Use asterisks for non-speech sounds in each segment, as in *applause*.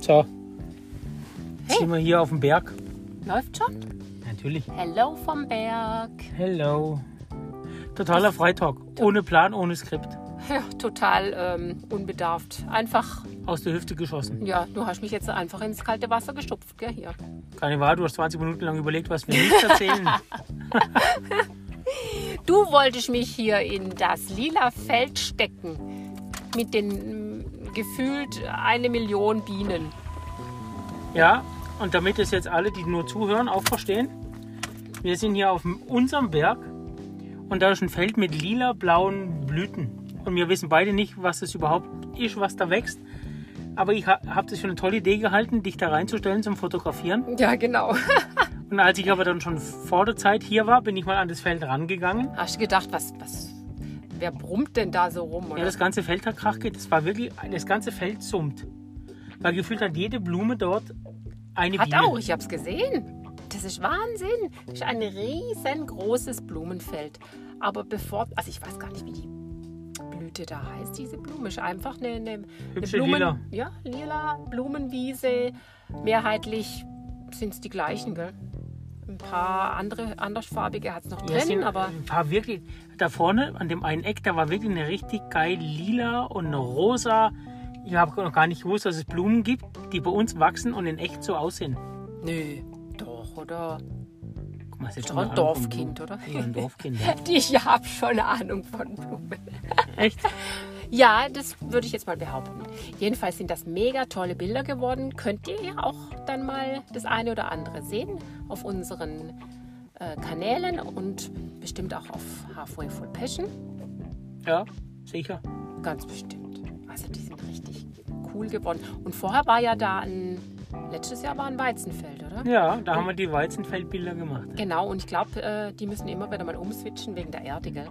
Ciao. Hey. Sind wir hier auf dem Berg? Läuft schon? Natürlich. Hello vom Berg. *laughs* Hello. Totaler Freitag. Ohne Plan, ohne Skript. Ja, total ähm, unbedarft. Einfach, Aus der Hüfte geschossen. ja, du hast mich jetzt einfach ins kalte Wasser gestupft, gell, hier. Keine Wahl, du hast 20 Minuten lang überlegt, was wir nicht *laughs* erzählen. Du wolltest mich hier in das lila Feld stecken. Mit den mm, gefühlt eine Million Bienen. ja, und damit es jetzt alle, die nur zuhören, auch verstehen, wir sind hier auf dem- unserem Berg und da ist ein Feld mit lila-blauen Blüten. Und wir wissen beide nicht, was das überhaupt ist, was da wächst. Aber ich ha habe das für eine tolle Idee gehalten, dich da reinzustellen zum Fotografieren. Ja, genau. Und als ich aber dann schon vor der Zeit hier war, bin ich mal an das Feld rangegangen. Hast du gedacht, was, was, wer brummt denn da so rum? Oder? Ja, das ganze Feld hat Krach geht. Das war wirklich, das ganze Feld summt. Weil gefühlt hat jede Blume dort eine Hat Biene. auch, ich habe es gesehen. Das ist Wahnsinn. Das ist ein riesengroßes Blumenfeld. Aber bevor, also ich weiß gar nicht, wie die Blüte da heißt, diese Blume. Ist einfach eine, eine, eine Hübsche Blumen, lila. Ja, lila Blumenwiese. Mehrheitlich sind es die gleichen, gell? Ein paar andere, andersfarbige hat es noch Ja, es drin, sind- aber war wirklich da vorne an dem einen Eck, da war wirklich eine richtig geil lila und eine rosa. Ich habe noch gar nicht gewusst, dass es Blumen gibt, die bei uns wachsen und in echt so aussehen. nö, doch, oder? Guck mal, das ist Doch ein eine Ahnung von Dorfkind, oder? Blumen. Ja, ein Dorfkind. Ja. Die- Ich habe schon Ahnung von Blumen. Echt? Ja, das würde ich jetzt mal behaupten. Jedenfalls sind das mega tolle Bilder geworden. Könnt ihr ja auch dann mal das eine oder andere sehen auf unseren äh, Kanälen und bestimmt auch auf Halfway Full Passion. Ja, sicher. Ganz bestimmt. Also die sind richtig cool geworden. Und vorher war ja da ein, letztes Jahr war ein Weizenfeld, oder? Ja, da haben wir die Weizenfeldbilder gemacht. Genau, und ich glaube, äh, die müssen immer wieder mal umswitchen wegen der Erde, gell?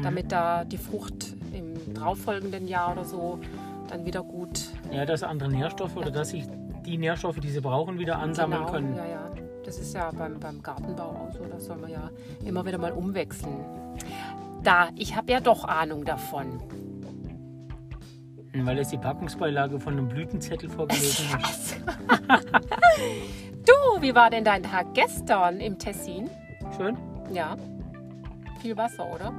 damit da die Frucht im darauffolgenden Jahr oder so dann wieder gut Ja, dass andere Nährstoffe oder dass sich die Nährstoffe, die sie brauchen, wieder ansammeln genau, können. Ja, ja. Das ist ja beim, beim Gartenbau auch so, da soll man ja immer wieder mal umwechseln. Da, ich habe ja doch Ahnung davon. Weil es die Packungsbeilage von einem Blütenzettel *laughs* vorgelesen ist. Du, wie war denn dein Tag gestern im Tessin? Schön. Ja. Viel Wasser, oder?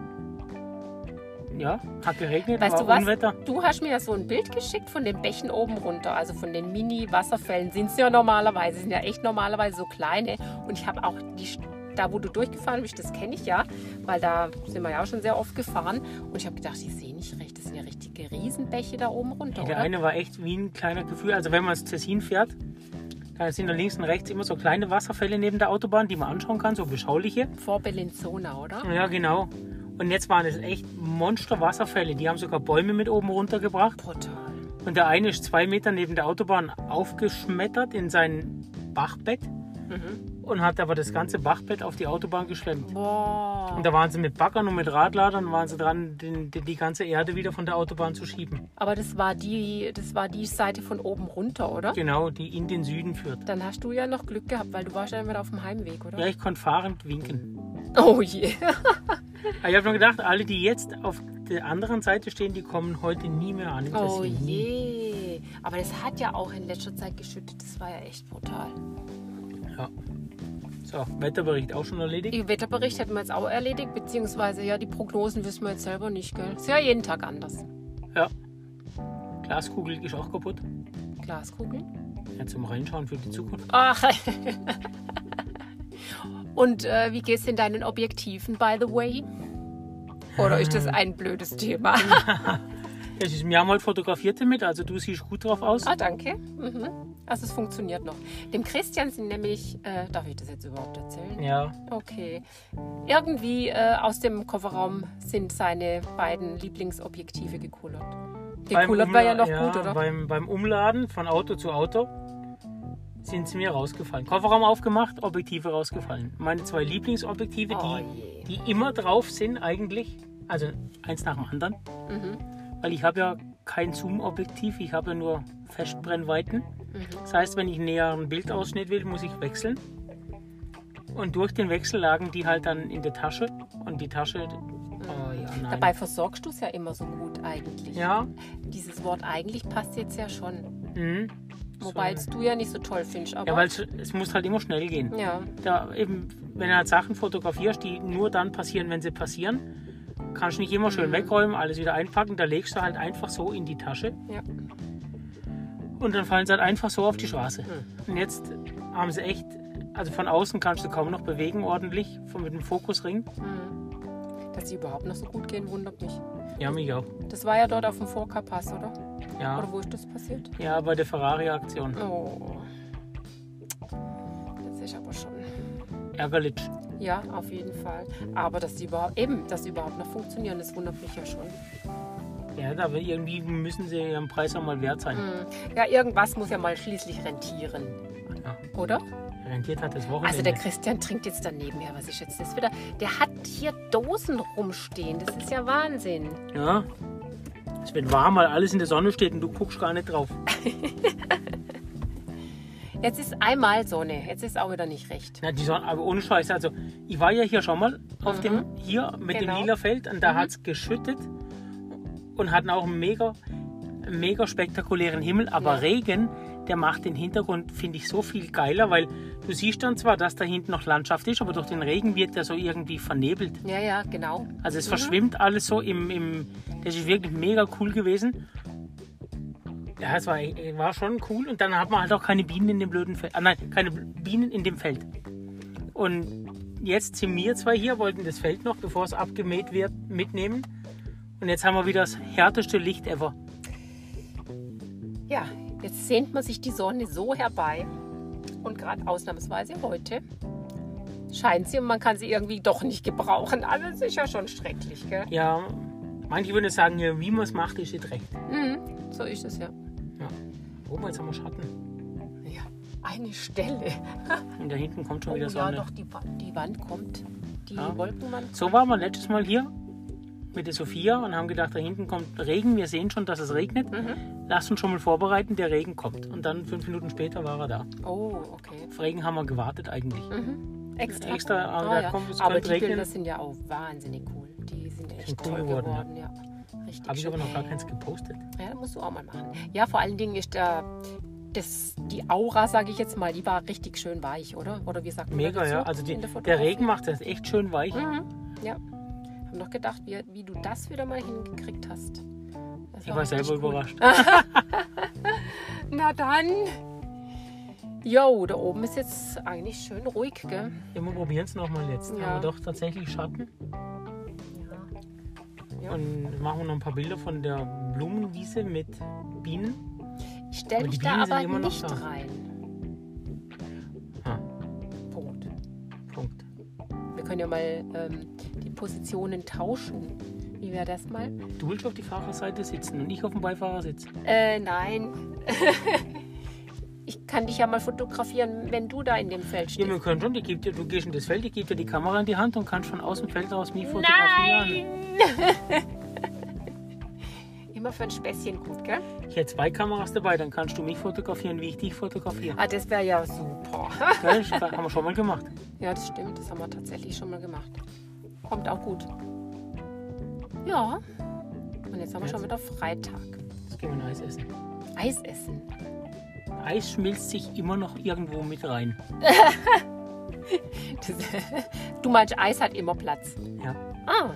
Ja, hat geregnet, Weißt war du was? Unwetter. Du hast mir ja so ein Bild geschickt von den Bächen oben runter, also von den Mini-Wasserfällen. Sind sie ja normalerweise, sind ja echt normalerweise so kleine. Und ich habe auch die, St- da wo du durchgefahren bist, das kenne ich ja, weil da sind wir ja auch schon sehr oft gefahren. Und ich habe gedacht, ich sehe nicht recht, das sind ja richtige Riesenbäche da oben runter, Der oder? eine war echt wie ein kleiner Gefühl. Also wenn man ins Tessin fährt, dann sind da links und rechts immer so kleine Wasserfälle neben der Autobahn, die man anschauen kann, so beschauliche. Vor Bellinzona, oder? Ja, genau. Und jetzt waren es echt Monster-Wasserfälle. Die haben sogar Bäume mit oben runtergebracht. Brutal. Und der eine ist zwei Meter neben der Autobahn aufgeschmettert in sein Bachbett Mhm. und hat aber das ganze Bachbett auf die Autobahn geschwemmt. Boah. Und da waren sie mit Baggern und mit Radladern waren sie dran, den, den, die ganze Erde wieder von der Autobahn zu schieben. Aber das war die, das war die Seite von oben runter, oder? Genau, die in den Süden führt. Dann hast du ja noch Glück gehabt, weil du warst ja wieder auf dem Heimweg, oder? Ja, ich konnte fahrend winken. Oh je. Aber ich habe nur gedacht, alle, die jetzt auf der anderen Seite stehen, die kommen heute nie mehr an. im Oh Tessin. Nie. je. Aber das hat ja auch in letzter Zeit geschüttet. Das war ja echt brutal. So, Wetterbericht auch schon erledigt. Den Wetterbericht hätten wir jetzt auch erledigt, beziehungsweise ja, die Prognosen wissen wir jetzt selber nicht, gell? Ist ja jeden Tag anders. Ja. Glaskugel ist auch kaputt. Glaskugeln. Ja, zum Reinschauen für die Zukunft. Ach. *laughs* Und äh, wie geht's in deinen Objektiven, by the way? Oder ist das ein blödes Thema? Es ist mir mal fotografiert damit, also du siehst gut drauf aus. ah, danke. Mhm. Also es funktioniert noch. Dem Christian sind nämlich, äh, darf ich das jetzt überhaupt erzählen? Ja, Okay. Irgendwie äh, aus dem Kofferraum sind seine beiden Lieblingsobjektive gekullert. Gekullert war ja noch Umla- gut, oder? Beim, beim Umladen von Auto zu Auto sind sie mir rausgefallen. Kofferraum aufgemacht, Objektive rausgefallen. Meine zwei Lieblingsobjektive, Oh die, die immer drauf sind eigentlich, also eins nach dem anderen, Mhm. weil ich habe ja kein Zoom-Objektiv, ich habe ja nur Festbrennweiten. Mhm. Das heißt, wenn ich einen näheren Bildausschnitt will, muss ich wechseln. Und durch den Wechsel lagen die halt dann in der Tasche und die Tasche... Oh ja, nein. Dabei versorgst du es ja immer so gut eigentlich. ja, Dieses Wort eigentlich passt jetzt ja schon. Mhm. Wobei jetzt du ja nicht so toll findest. Aber Ja, weil es, es muss halt immer schnell gehen. ja. Da eben, wenn du halt Sachen fotografierst, die nur dann passieren, wenn sie passieren, kannst du nicht immer Mhm. schön wegräumen, alles wieder einpacken. Da legst du halt einfach so in die Tasche. Ja. Und dann fallen sie halt einfach so auf die Straße. Mhm. Und jetzt haben sie echt, also von außen kannst du kaum noch bewegen ordentlich, von, mit dem Fokusring. Dass sie überhaupt noch so gut gehen, wundert mich. Ja, mich auch. Das war ja dort auf dem Vorkarpass, oder? Oder Ja, wo ist das passiert? ja bei der Ferrari-Aktion. Oh. Das ist aber schon. Ärgerlich. Ja, auf jeden Fall. Aber dass die überhaupt, eben, dass die überhaupt noch funktionieren, das wundert mich ja schon. Ja, aber irgendwie müssen sie ihren Preis auch mal wert sein. Ja, irgendwas muss ja mal schließlich rentieren. Ja. Oder? Rentiert hat das Wochenende. Also der Christian trinkt jetzt daneben her. Was ist jetzt das wieder? Der hat hier Dosen rumstehen. Das ist ja Wahnsinn. Ja. Es wird warm, weil alles in der Sonne steht und du guckst gar nicht drauf. Jetzt ist einmal Sonne. Jetzt ist auch wieder nicht recht. Na, die Sonne, aber ohne Scheiß. Also, ich war ja hier schon mal auf dem, hier mit Genau. dem lila Feld und da hat es geschüttet und hatten auch einen mega, mega spektakulären Himmel. Aber Regen, der macht den Hintergrund, finde ich, so viel geiler, weil du siehst dann zwar, dass da hinten noch Landschaft ist, aber durch den Regen wird der so irgendwie vernebelt. Ja, ja, genau. Also es verschwimmt alles so im, im. Das ist wirklich mega cool gewesen. Ja, es war, war schon cool. Und dann hat man halt auch keine Bienen in dem blöden Feld. Ah nein, keine Bienen in dem Feld. Und jetzt sind wir zwei hier, wollten das Feld noch, bevor es abgemäht wird, mitnehmen. Und jetzt haben wir wieder das härteste Licht ever. Ja, jetzt sehnt man sich die Sonne so herbei. Und gerade ausnahmsweise heute scheint sie und man kann sie irgendwie doch nicht gebrauchen. Also es ist ja schon schrecklich, gell? Ja, manche würden sagen, ja, wie man es macht, ist nicht recht. Mhm, so ist es ja. Ja. Oh, jetzt haben wir Schatten. Ja, eine Stelle. Und da hinten kommt schon Oh wieder ja, Sonne. doch, die, Wa- die Wand kommt. Die Ja. Wolkenwand. So waren wir letztes Mal hier mit der Sophia und haben gedacht, da hinten kommt Regen. Wir sehen schon, dass es regnet. Mhm. Lasst uns schon mal vorbereiten, der Regen kommt. Und dann fünf Minuten später war er da. Oh, okay. Auf Regen haben wir gewartet eigentlich. Mhm. Extra. Extra, Ah, aber da kommt- es aber könnte die regnen. Bilder sind ja auch wahnsinnig cool. Die sind echt cool toll geworden, geworden. ja. ja. Richtig Habe ich schön. aber noch gar keins gepostet. Ja, das musst du auch mal machen. Ja, vor allen Dingen ist da das, die Aura, sage ich jetzt mal, die war richtig schön weich, oder? Oder wie sagt man Mega, dazu ja. Also die, in der, Fotografie? Mhm. Regen macht das echt schön weich. Ja. Hab noch gedacht, wie, wie du das wieder mal hingekriegt hast. Das Ich war richtig selber cool. Ah. überrascht. Na dann. Jo, da oben ist jetzt eigentlich schön ruhig, gell? Ja, wir probieren es nochmal jetzt. Ja. Haben wir doch tatsächlich Schatten. Ja. Und machen wir noch ein paar Bilder von der Blumenwiese mit Bienen. Ich stell Aber die mich da Bienen sind aber immer noch nicht da. rein. Ah. Punkt. Punkt. Wir können ja mal ähm, die Positionen tauschen. Wie wäre das mal? Du willst auf die Fahrerseite sitzen und ich auf dem Beifahrersitz. Äh, nein. *laughs* ich kann dich ja mal fotografieren, wenn du da in dem Feld Ja, stehst. wir können schon. Die gibt dir, du gehst in das Feld, die gibt dir die Kamera in die Hand und kannst von aus dem Feld aus mich fotografieren. nein! Immer für ein Späßchen gut, gell? Ich hätte zwei Kameras dabei, dann kannst du mich fotografieren, wie ich dich fotografiere. Ah, das wäre ja super. *laughs* Gell? Das haben wir schon mal gemacht. ja, das stimmt. Das haben wir tatsächlich schon mal gemacht. Kommt auch gut. Ja. Und jetzt haben wir Jetzt? schon wieder Freitag. Jetzt gehen wir ein Eis essen. Eis essen. Eis schmilzt sich immer noch irgendwo mit rein. Das, du meinst, Eis hat immer Platz. Ja. Ah,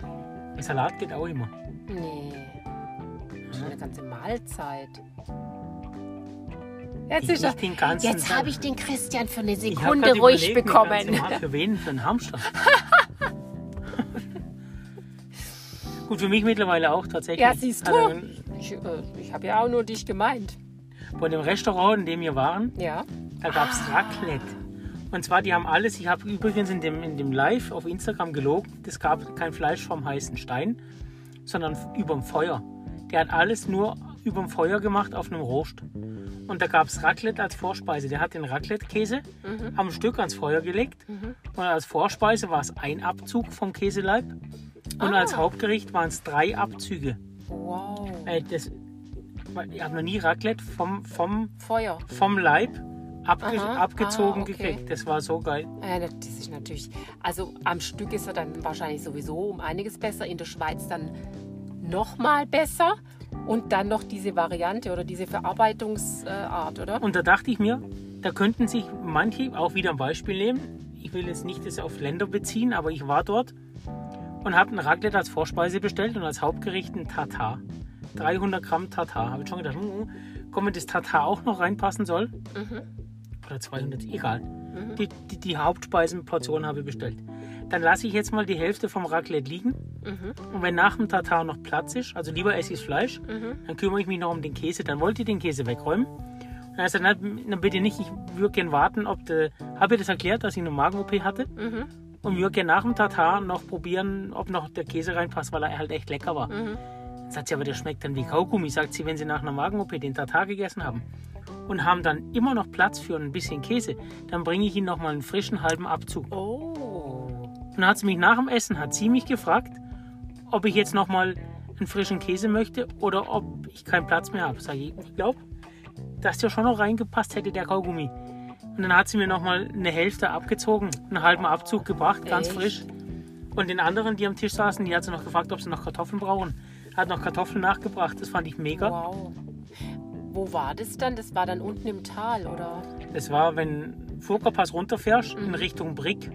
Ein Salat geht auch immer. Nee. Schon eine ganze Mahlzeit. Jetzt, ist er, nicht den ganzen jetzt Tag. habe ich den Christian für eine Ich hab Sekunde grad ruhig überlegt, eine ganze bekommen. Mal, Für wen? Für einen *laughs* Hamster. Gut, für mich mittlerweile auch tatsächlich. Ja, siehst du. Also, Ich, äh, ich habe ja auch nur dich gemeint. bei dem Restaurant, in dem wir waren, Ja. Da gab es Raclette. Und zwar, die haben alles, ich habe übrigens in dem, in dem Live auf Instagram gelogen, es gab kein Fleisch vom heißen Stein, sondern f- überm Feuer. Der hat alles nur überm Feuer gemacht auf einem Rost. Und da gab es Raclette als Vorspeise. Der hat den Raclette-Käse am Stück ans Feuer gelegt. Und als Vorspeise war es ein Abzug vom Käseleib. Und als Hauptgericht waren es drei Abzüge. Wow. Äh, das, ich habe noch nie Raclette vom, vom Feuer. vom Leib abge Aha. abgezogen Ah, okay. gekriegt. Das war so geil. Ah Ja, das ist natürlich. Also am Stück ist er dann wahrscheinlich sowieso um einiges besser. In der Schweiz dann nochmal besser. Und dann noch diese Variante oder diese Verarbeitungsart, oder? Und da dachte ich mir, da könnten sich manche auch wieder ein Beispiel nehmen. Ich will jetzt nicht das auf Länder beziehen, aber ich war dort und habe einen Raclette als Vorspeise bestellt und als Hauptgericht einen Tatar. 300 Gramm Tatar. Habe ich schon gedacht, hm, komm, wenn das Tatar auch noch reinpassen soll. Oder 200, egal. Die, die, die Hauptspeisenportion habe ich bestellt. Dann lasse ich jetzt mal die Hälfte vom Raclette liegen. Und wenn nach dem Tatar noch Platz ist, also lieber esse ich das Fleisch, dann kümmere ich mich noch um den Käse. Dann wollte ich den Käse wegräumen. Und er sagt, Also dann bitte nicht, ich würde gerne warten, ob der. Habe ich das erklärt, dass ich eine Magen-OP hatte? Und würde gerne nach dem Tatar noch probieren, ob noch der Käse reinpasst, weil er halt echt lecker war. Sagt sie, aber der schmeckt dann wie Kaugummi, sagt sie, wenn sie nach einer Magen-OP den Tatar gegessen haben. Und haben dann immer noch Platz für ein bisschen Käse, dann bringe ich ihnen nochmal einen frischen halben Abzug. Oh. Und dann hat sie mich nach dem Essen, hat sie mich gefragt, ob ich jetzt nochmal einen frischen Käse möchte oder ob ich keinen Platz mehr habe. Sag ich, ich glaube, dass der schon noch reingepasst hätte, der Kaugummi. Und dann hat sie mir nochmal eine Hälfte abgezogen, einen halben Abzug gebracht, ganz Echt? frisch. Und den anderen, die am Tisch saßen, die hat sie noch gefragt, ob sie noch Kartoffeln brauchen. Hat noch Kartoffeln nachgebracht, das fand ich mega. Wow. Wo war das dann? Das war dann unten im Tal, oder? Das war, wenn Furkerpass runterfährst in Richtung Brick,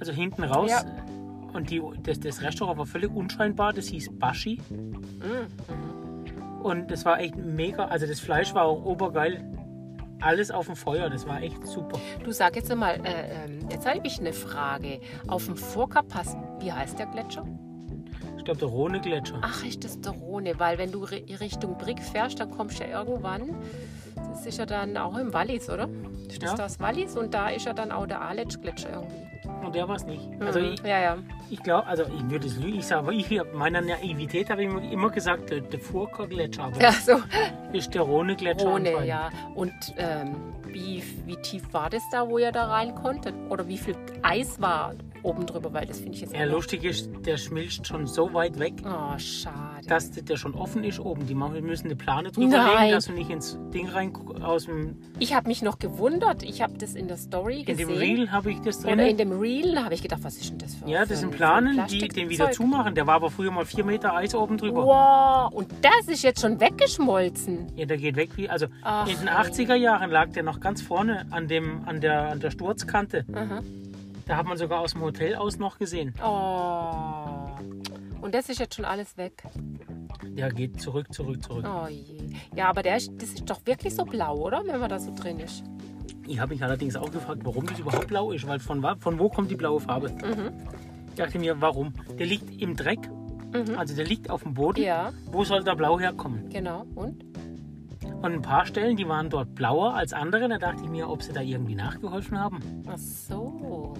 also hinten raus. Mhm. Ja. Und die, das, das Restaurant war völlig unscheinbar, das hieß Bashi. Mhm. Und das war echt mega, also das Fleisch war auch obergeil. Alles auf dem Feuer, das war echt super. Du sag jetzt mal, äh, ähm, jetzt habe ich eine Frage. Auf dem Furka-Pass, wie heißt der Gletscher? Ich glaube, der Rhone-Gletscher. Ach, ist das der Rhone, weil wenn du ri- Richtung Brick fährst, dann kommst du ja irgendwann, das ist ja dann auch im Wallis, oder? Ist Ah, das Ja. das Wallis und da ist ja dann auch der Aletsch-Gletscher irgendwie. Und der war es nicht. Also Mhm. ich, ja, ja. *laughs* ich glaube, also ich würde es lügen, ich sage, aber ich hab- meiner Naivität habe ich immer- immer gesagt, der, der Furker-Gletscher, aber Ja, so. das ist der Rhone-Gletscher. Rhone, anscheinend. ja. Und ähm, wie, wie tief war das da, wo ihr da rein konntet? Oder wie viel Eis war oben drüber? Weil das finde ich jetzt Ja, lustig ist, der schmilzt schon so weit weg. Oh, schade. dass der- der schon offen ist oben. Die machen- müssen eine Plane drüber Nein. legen, dass du nicht ins Ding rein aus dem. Ich habe mich noch gewundert. Ich habe das in der Story In gesehen. dem Reel habe ich das Oder in drin. dem Reel habe ich gedacht, was ist denn das für Ja, das für sind für Planen, die Plastik- den wieder Zeug? zumachen. Der war aber früher mal vier Meter Eis oben drüber. Wow, und das ist jetzt schon weggeschmolzen. Ja, der geht weg wie. Also Ach, in den ey. 80er Jahren lag der noch ganz vorne an, dem, an, der, an der Sturzkante. Da hat man sogar aus dem Hotel aus noch gesehen. Oh. Und das ist jetzt schon alles weg. Der geht zurück, zurück, zurück. Oh je. Ja, aber der ist, das ist doch wirklich so blau, oder? Wenn man da so drin ist. Ich habe mich allerdings auch gefragt, warum das überhaupt blau ist, weil von, wa- von wo kommt die blaue Farbe? Ich dachte mir, warum? Der liegt im Dreck, also der liegt auf dem Boden. Ja, Wo soll da blau herkommen? genau. Und? Und ein paar Stellen, die waren dort blauer als andere. Da dachte ich mir, ob sie da irgendwie nachgeholfen haben. Ach so.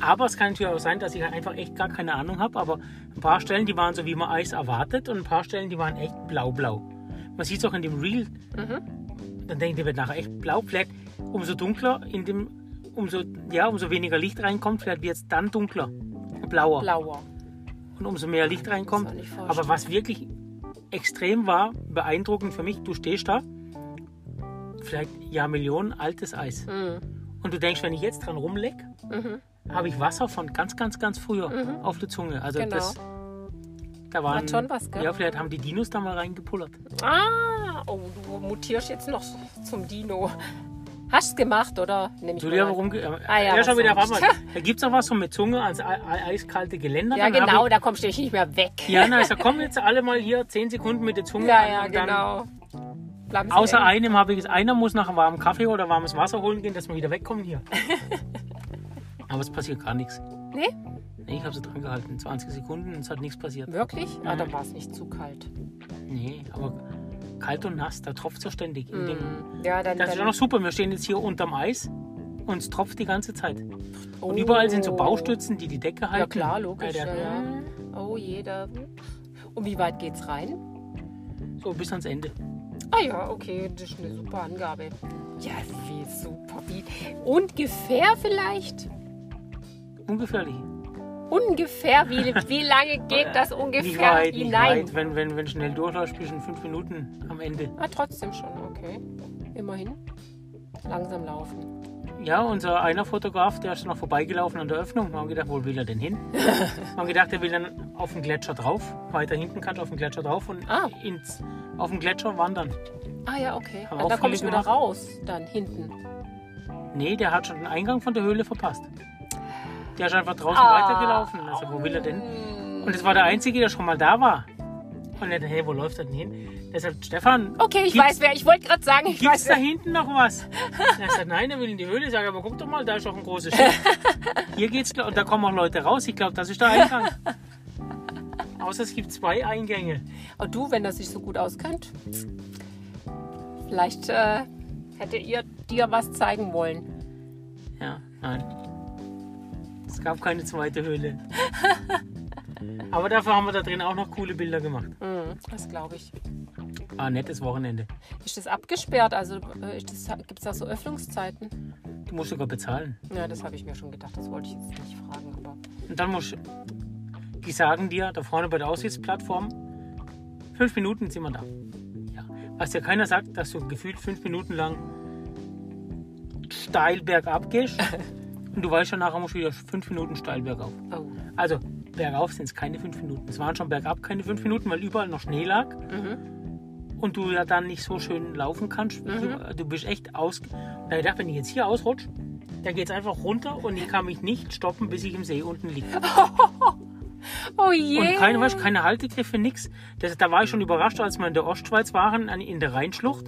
Aber es kann natürlich auch sein, dass ich halt einfach echt gar keine Ahnung habe. Aber ein paar Stellen, die waren so, wie man Eis erwartet. Und ein paar Stellen, die waren echt blau-blau. Man sieht es auch in dem Reel. Dann denkt ihr, wird nachher echt blau. Vielleicht umso dunkler, in dem, umso, ja, umso weniger Licht reinkommt, vielleicht wird es dann dunkler. Blauer. Blauer. und umso mehr Licht reinkommt. Das kann ich mir nicht vorstellen. Aber was wirklich extrem war, beeindruckend für mich, du stehst da, vielleicht Jahrmillionen altes Eis. Mhm. Und du denkst, wenn ich jetzt dran rumleck, habe ich Wasser von ganz, ganz, ganz früher auf der Zunge. Also Mhm. Genau. das, da waren, Hat schon was, gell? Ja, vielleicht haben die Dinos da mal reingepullert. Ah, oh, du mutierst jetzt noch zum Dino. Hast's gemacht, oder? Nehm ich Du mal dir an. warum? Ah ja, schon was wieder auf sonst? *laughs* einmal. Da gibt es auch was so mit Zunge ans ei- ei- eiskalte Geländer. Ja, Dann habe genau, ich- da kommst du nicht mehr weg. Ja, na, also kommen jetzt alle mal hier 10 Sekunden mit der Zunge Ja, an ja, und dann genau. Bleiben Sie Außer eng. einem habe ich es. Einer muss nach einem warmen Kaffee oder warmes Wasser holen gehen, dass wir wieder wegkommen *laughs* hier. Aber es passiert gar nichts. Nee? Nee, ich habe sie dran gehalten. 20 Sekunden und es hat nichts passiert. Wirklich? Ah, dann war es nicht zu kalt. Nee, aber kalt und nass, da tropft es ja ständig. In dem Ja, dann. das ist ja dann noch super. Wir stehen jetzt hier unterm Eis und es tropft die ganze Zeit. Und oh. überall sind so Baustützen, die die Decke halten. Ja, klar, logisch. Ja, Ja, der- ja. Oh, jeder. Und wie weit geht's rein? So bis ans Ende. Ah, ja, okay, das ist eine super Angabe. Ja, wie super. Wie. Ungefähr vielleicht? Ungefährlich. Ungefähr, wie, wie lange geht *laughs* das Nicht ungefähr weit, nicht hinein? weit. Wenn, wenn, wenn schnell durchläufst, bist du in fünf Minuten am Ende. Ah, trotzdem schon, okay. Immerhin. Langsam laufen. Ja, unser einer Fotograf, der ist noch vorbeigelaufen an der Öffnung. Wir haben gedacht, wo will er denn *laughs* hin? wir haben gedacht, er will dann auf den Gletscher drauf. Weiter hinten kannst du auf den Gletscher drauf und Ah. ins, auf den Gletscher wandern. Ah ja, okay. Haben Und da komme ich wieder aufgelegt raus, dann hinten. Nee, der hat schon den Eingang von der Höhle verpasst. Der ist einfach draußen Ah. weitergelaufen. Also, wo will er denn? Und es war der Einzige, der schon mal da war. Und er dachte, hey, wo läuft er denn hin? Deshalb, Stefan, Okay, ich Gibt's- weiß wer. Ich wollte gerade sagen, ich gibt's weiß da wer. hinten noch was? Er sagt, nein, er will in die Höhle. Ich sage, aber guck doch mal, da ist doch ein großes Schiff. Hier geht's, gl- und da kommen auch Leute raus. Ich glaube, das ist der Eingang. Außer es gibt zwei Eingänge. Aber du, wenn das sich so gut auskennt, vielleicht äh, hätte ihr dir was zeigen wollen. Ja, nein. Es gab keine zweite Höhle. Aber dafür haben wir da drin auch noch coole Bilder gemacht. Mhm, das glaube ich. War ein nettes Wochenende. Ist das abgesperrt? Also äh, gibt es da so Öffnungszeiten? Du musst sogar bezahlen. Ja, das habe ich mir schon gedacht. Das wollte ich jetzt nicht fragen. Aber Und dann musst die sagen dir, da vorne bei der Aussichtsplattform, fünf Minuten sind wir da. Ja. Was dir keiner sagt, dass du gefühlt fünf Minuten lang steil bergab gehst. und du weißt schon, nachher musst du wieder fünf Minuten steil bergauf. oh. Also bergauf sind es keine fünf Minuten. Es waren schon bergab keine fünf Minuten, weil überall noch Schnee lag. Und du ja dann nicht so schön laufen kannst. Du, du bist echt aus. Da hab ich gedacht, wenn ich jetzt hier ausrutsche, dann geht es einfach runter und ich kann mich nicht stoppen, bis ich im See unten liege. oh je. Und keine, weißt, keine Haltegriffe, nix. Das, da war ich schon überrascht, als wir in der Ostschweiz waren, an- in der Rheinschlucht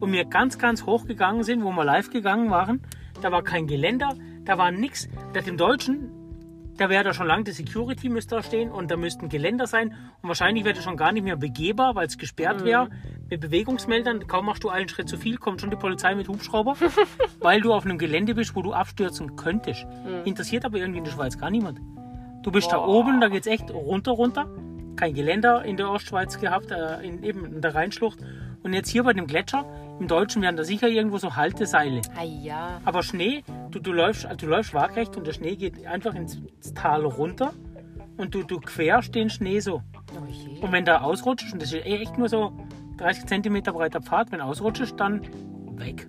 und wir ganz, ganz hoch gegangen sind, wo wir live gegangen waren. Da war kein Geländer, da war nix. Das im Deutschen, da wäre da schon lange die Security müsste da stehen und da müssten Geländer sein. Und wahrscheinlich wäre das schon gar nicht mehr begehbar, weil es gesperrt wäre. Mit Bewegungsmeldern, kaum machst du einen Schritt zu viel, kommt schon die Polizei mit Hubschrauber, weil du auf einem Gelände bist, wo du abstürzen könntest. Interessiert aber irgendwie in der Schweiz gar niemand. Du bist da oben, da geht's echt runter, runter. Kein Geländer in der Ostschweiz gehabt, äh, in, eben in der Rheinschlucht. Und jetzt hier bei dem Gletscher, im Deutschen wären da sicher irgendwo so Halteseile. Ah ja. Aber Schnee, du, du, läufst, also du läufst waagrecht und der Schnee geht einfach ins, ins Tal runter und du, du querst den Schnee so. Oh je. Und wenn da ausrutschst, und das ist eh echt nur so 30 cm breiter Pfad, wenn ausrutschst, dann weg.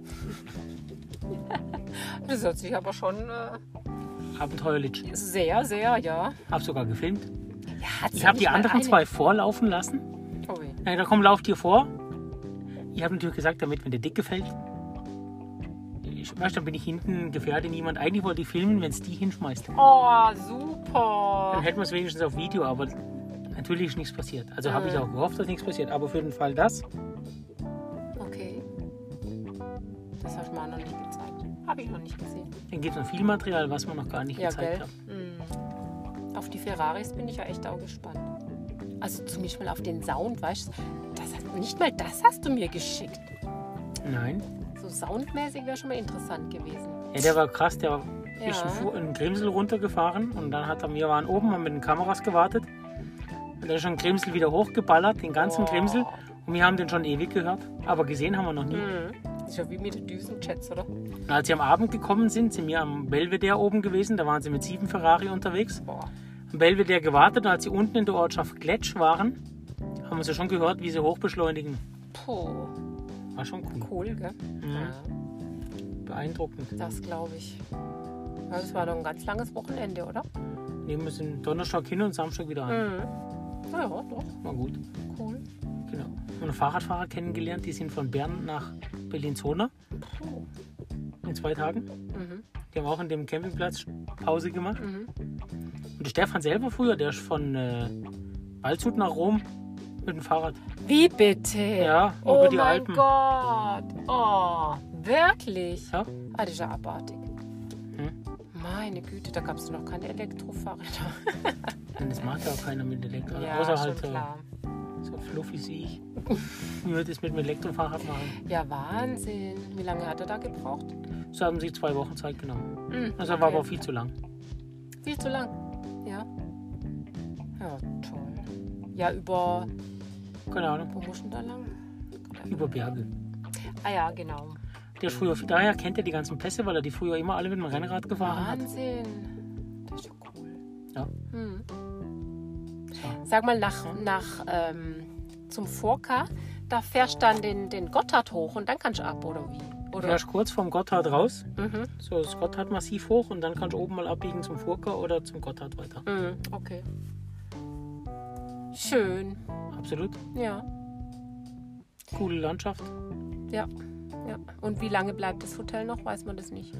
Das hört sich aber schon äh, Abenteuerlich. sehr, sehr, ja. Hab sogar gefilmt. ja Ich habe die anderen zwei vorlaufen lassen. Oh je. Na, da komm, lauf dir vor. Ich habe natürlich gesagt, damit mir der Dicke fällt. Ich, weißt, du, dann bin ich hinten, gefährde niemand. Eigentlich wollte ich filmen, wenn es die hinschmeißt. Oh, super. Dann hätten wir es wenigstens auf Video, aber natürlich ist nichts passiert. Also habe Äh. ich auch gehofft, dass nichts passiert. Aber für den Fall das, Okay. Das habe ich mir auch noch nicht gezeigt. Habe ich noch nicht gesehen. dann gibt es noch viel Material, was wir noch gar nicht Ja, gezeigt gell? haben. Mm. Auf die Ferraris bin ich ja echt auch gespannt. Also zumindest mal auf den Sound, weißt du? Das hast, nicht mal das hast du mir geschickt. Nein. So soundmäßig wäre schon mal interessant gewesen. Ja, der war krass. Der ist Ja. in Fu- in Grimsel runtergefahren und dann hat er, wir waren oben, haben mit den Kameras gewartet. Und dann ist schon Grimsel wieder hochgeballert, den ganzen Boah. Grimsel. Und wir haben den schon ewig gehört, aber gesehen haben wir noch nie. Das ist ja wie mit den Düsenjets, oder? Und als sie am Abend gekommen sind, sind wir am Belvedere oben gewesen. Da waren sie mit sieben Ferrari unterwegs. Boah. Am Belvedere gewartet und als sie unten in der Ortschaft Gletsch waren, haben wir sie schon gehört, wie sie hochbeschleunigen. Puh. War schon cool. Cool, gell? Mhm. Ja, Beeindruckend. das glaube ich. Ja, das war doch ein ganz langes Wochenende, oder? Nehmen wir sind Donnerstag hin und Samstag wieder an. Na ja, doch. War gut. Cool. Genau. Und einen Fahrradfahrer kennengelernt, die sind von Bern nach Bellinzona Puh. in zwei Tagen. Oh. Mhm. Die haben auch in dem Campingplatz Pause gemacht. Und der Stefan selber früher, der ist von äh, Waldshut nach Rom mit dem Fahrrad. Wie bitte? Ja, oh über die mein Alpen. Gott. Oh, wirklich? Ja? Ah, das ist ja abartig. Hm? Meine Güte, da gab es noch keine Elektrofahrräder. Und das macht ja auch keiner mit Elektro. *laughs* ja, außer schon halt so, klar. so fluffig wie ich. Wie würde es mit dem Elektrofahrrad machen? Ja, Wahnsinn. Wie lange hat er da gebraucht? So haben sie zwei Wochen Zeit genommen. Mhm, Das war aber okay. viel zu lang. Viel zu lang. Ja. Ja, toll. Ja, über. Keine Ahnung. Wo muss denn da lang? Über Berge. Ah ja, genau. Der ist früher, daher kennt er die ganzen Pässe, weil er die früher immer alle mit dem Rennrad gefahren hat. Wahnsinn. Das ist ja cool. Ja. Hm. Sag mal, nach, nach ähm, zum Vorka, da fährst du dann den, den Gotthard hoch und dann kannst du ab, oder wie? Du Oder? fährst kurz vom Gotthard raus, Mhm. so das Gotthard massiv hoch und dann kannst du oben mal abbiegen zum Furka oder zum Gotthard weiter. Mhm. Okay. Schön. Absolut. Ja. Coole Landschaft. Ja. Ja. Und wie lange bleibt das Hotel noch? Weiß man das nicht.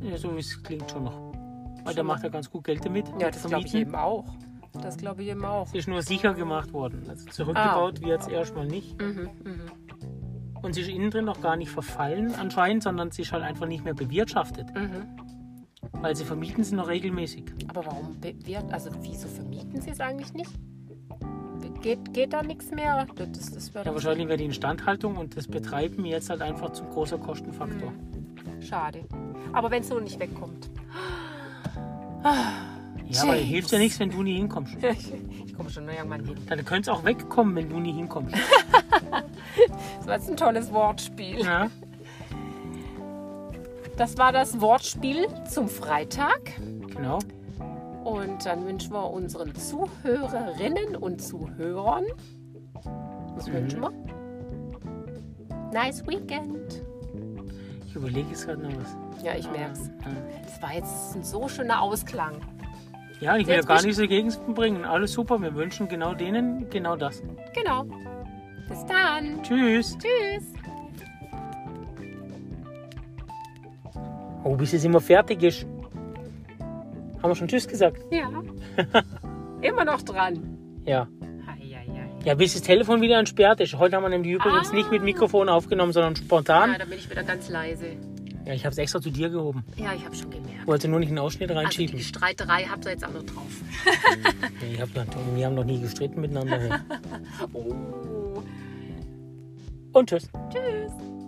Ja, so wie es klingt schon noch. Weil Schon der noch. macht ja ganz gut Geld damit. Ja, mit das glaube ich Vermieten. eben auch. Das glaube ich eben auch. Es ist nur sicher gemacht worden. Also zurückgebaut wird es erstmal nicht. Ah. Mhm. Mhm. Und sie ist innen drin noch gar nicht verfallen anscheinend, sondern sie ist halt einfach nicht mehr bewirtschaftet. Mhm. Weil sie vermieten sie noch regelmäßig. Aber warum be- wird, also wieso vermieten sie es eigentlich nicht? Geht, geht da nichts mehr? Das, das, das wäre Ja, doch wahrscheinlich wäre die Instandhaltung und das Betreiben jetzt halt einfach zum großer Kostenfaktor. Mhm. schade. Aber wenn es so nicht wegkommt. Ja, aber James. hilft ja nichts, wenn du nie *laughs* hinkommst. ich komme schon ne, irgendwann hin. Dann könnte es auch wegkommen, wenn du nie hinkommst. Das war jetzt ein tolles Wortspiel. Ja, Das war das Wortspiel zum Freitag. genau. Und dann wünschen wir unseren Zuhörerinnen und Zuhörern. Was wünschen wir? Nice Weekend. Ich überlege jetzt gerade noch was. Ja, ich merk's. Das war jetzt ein so schöner Ausklang. Ja, ich will ja Jetzt gar bist- nichts dagegen bringen. Alles super. Wir wünschen genau denen genau das. Genau. Bis dann. Tschüss. Tschüss. Oh, bis es immer fertig ist. Haben wir schon Tschüss gesagt? Ja. Immer noch dran. Ja. Eieiei. Ja, bis das Telefon wieder entsperrt ist. Heute haben wir nämlich übrigens Ah. nicht mit Mikrofon aufgenommen, sondern Ja, spontan. da bin ich wieder ganz leise. Ja, ich habe es extra zu dir gehoben. Ja, ich habe schon gemerkt. Wollte nur nicht einen Ausschnitt Also die reinschieben. Streiterei habt ihr jetzt auch noch drauf. Nee, ich hab noch, wir haben noch nie gestritten miteinander. Oh. Und tschüss. Tschüss.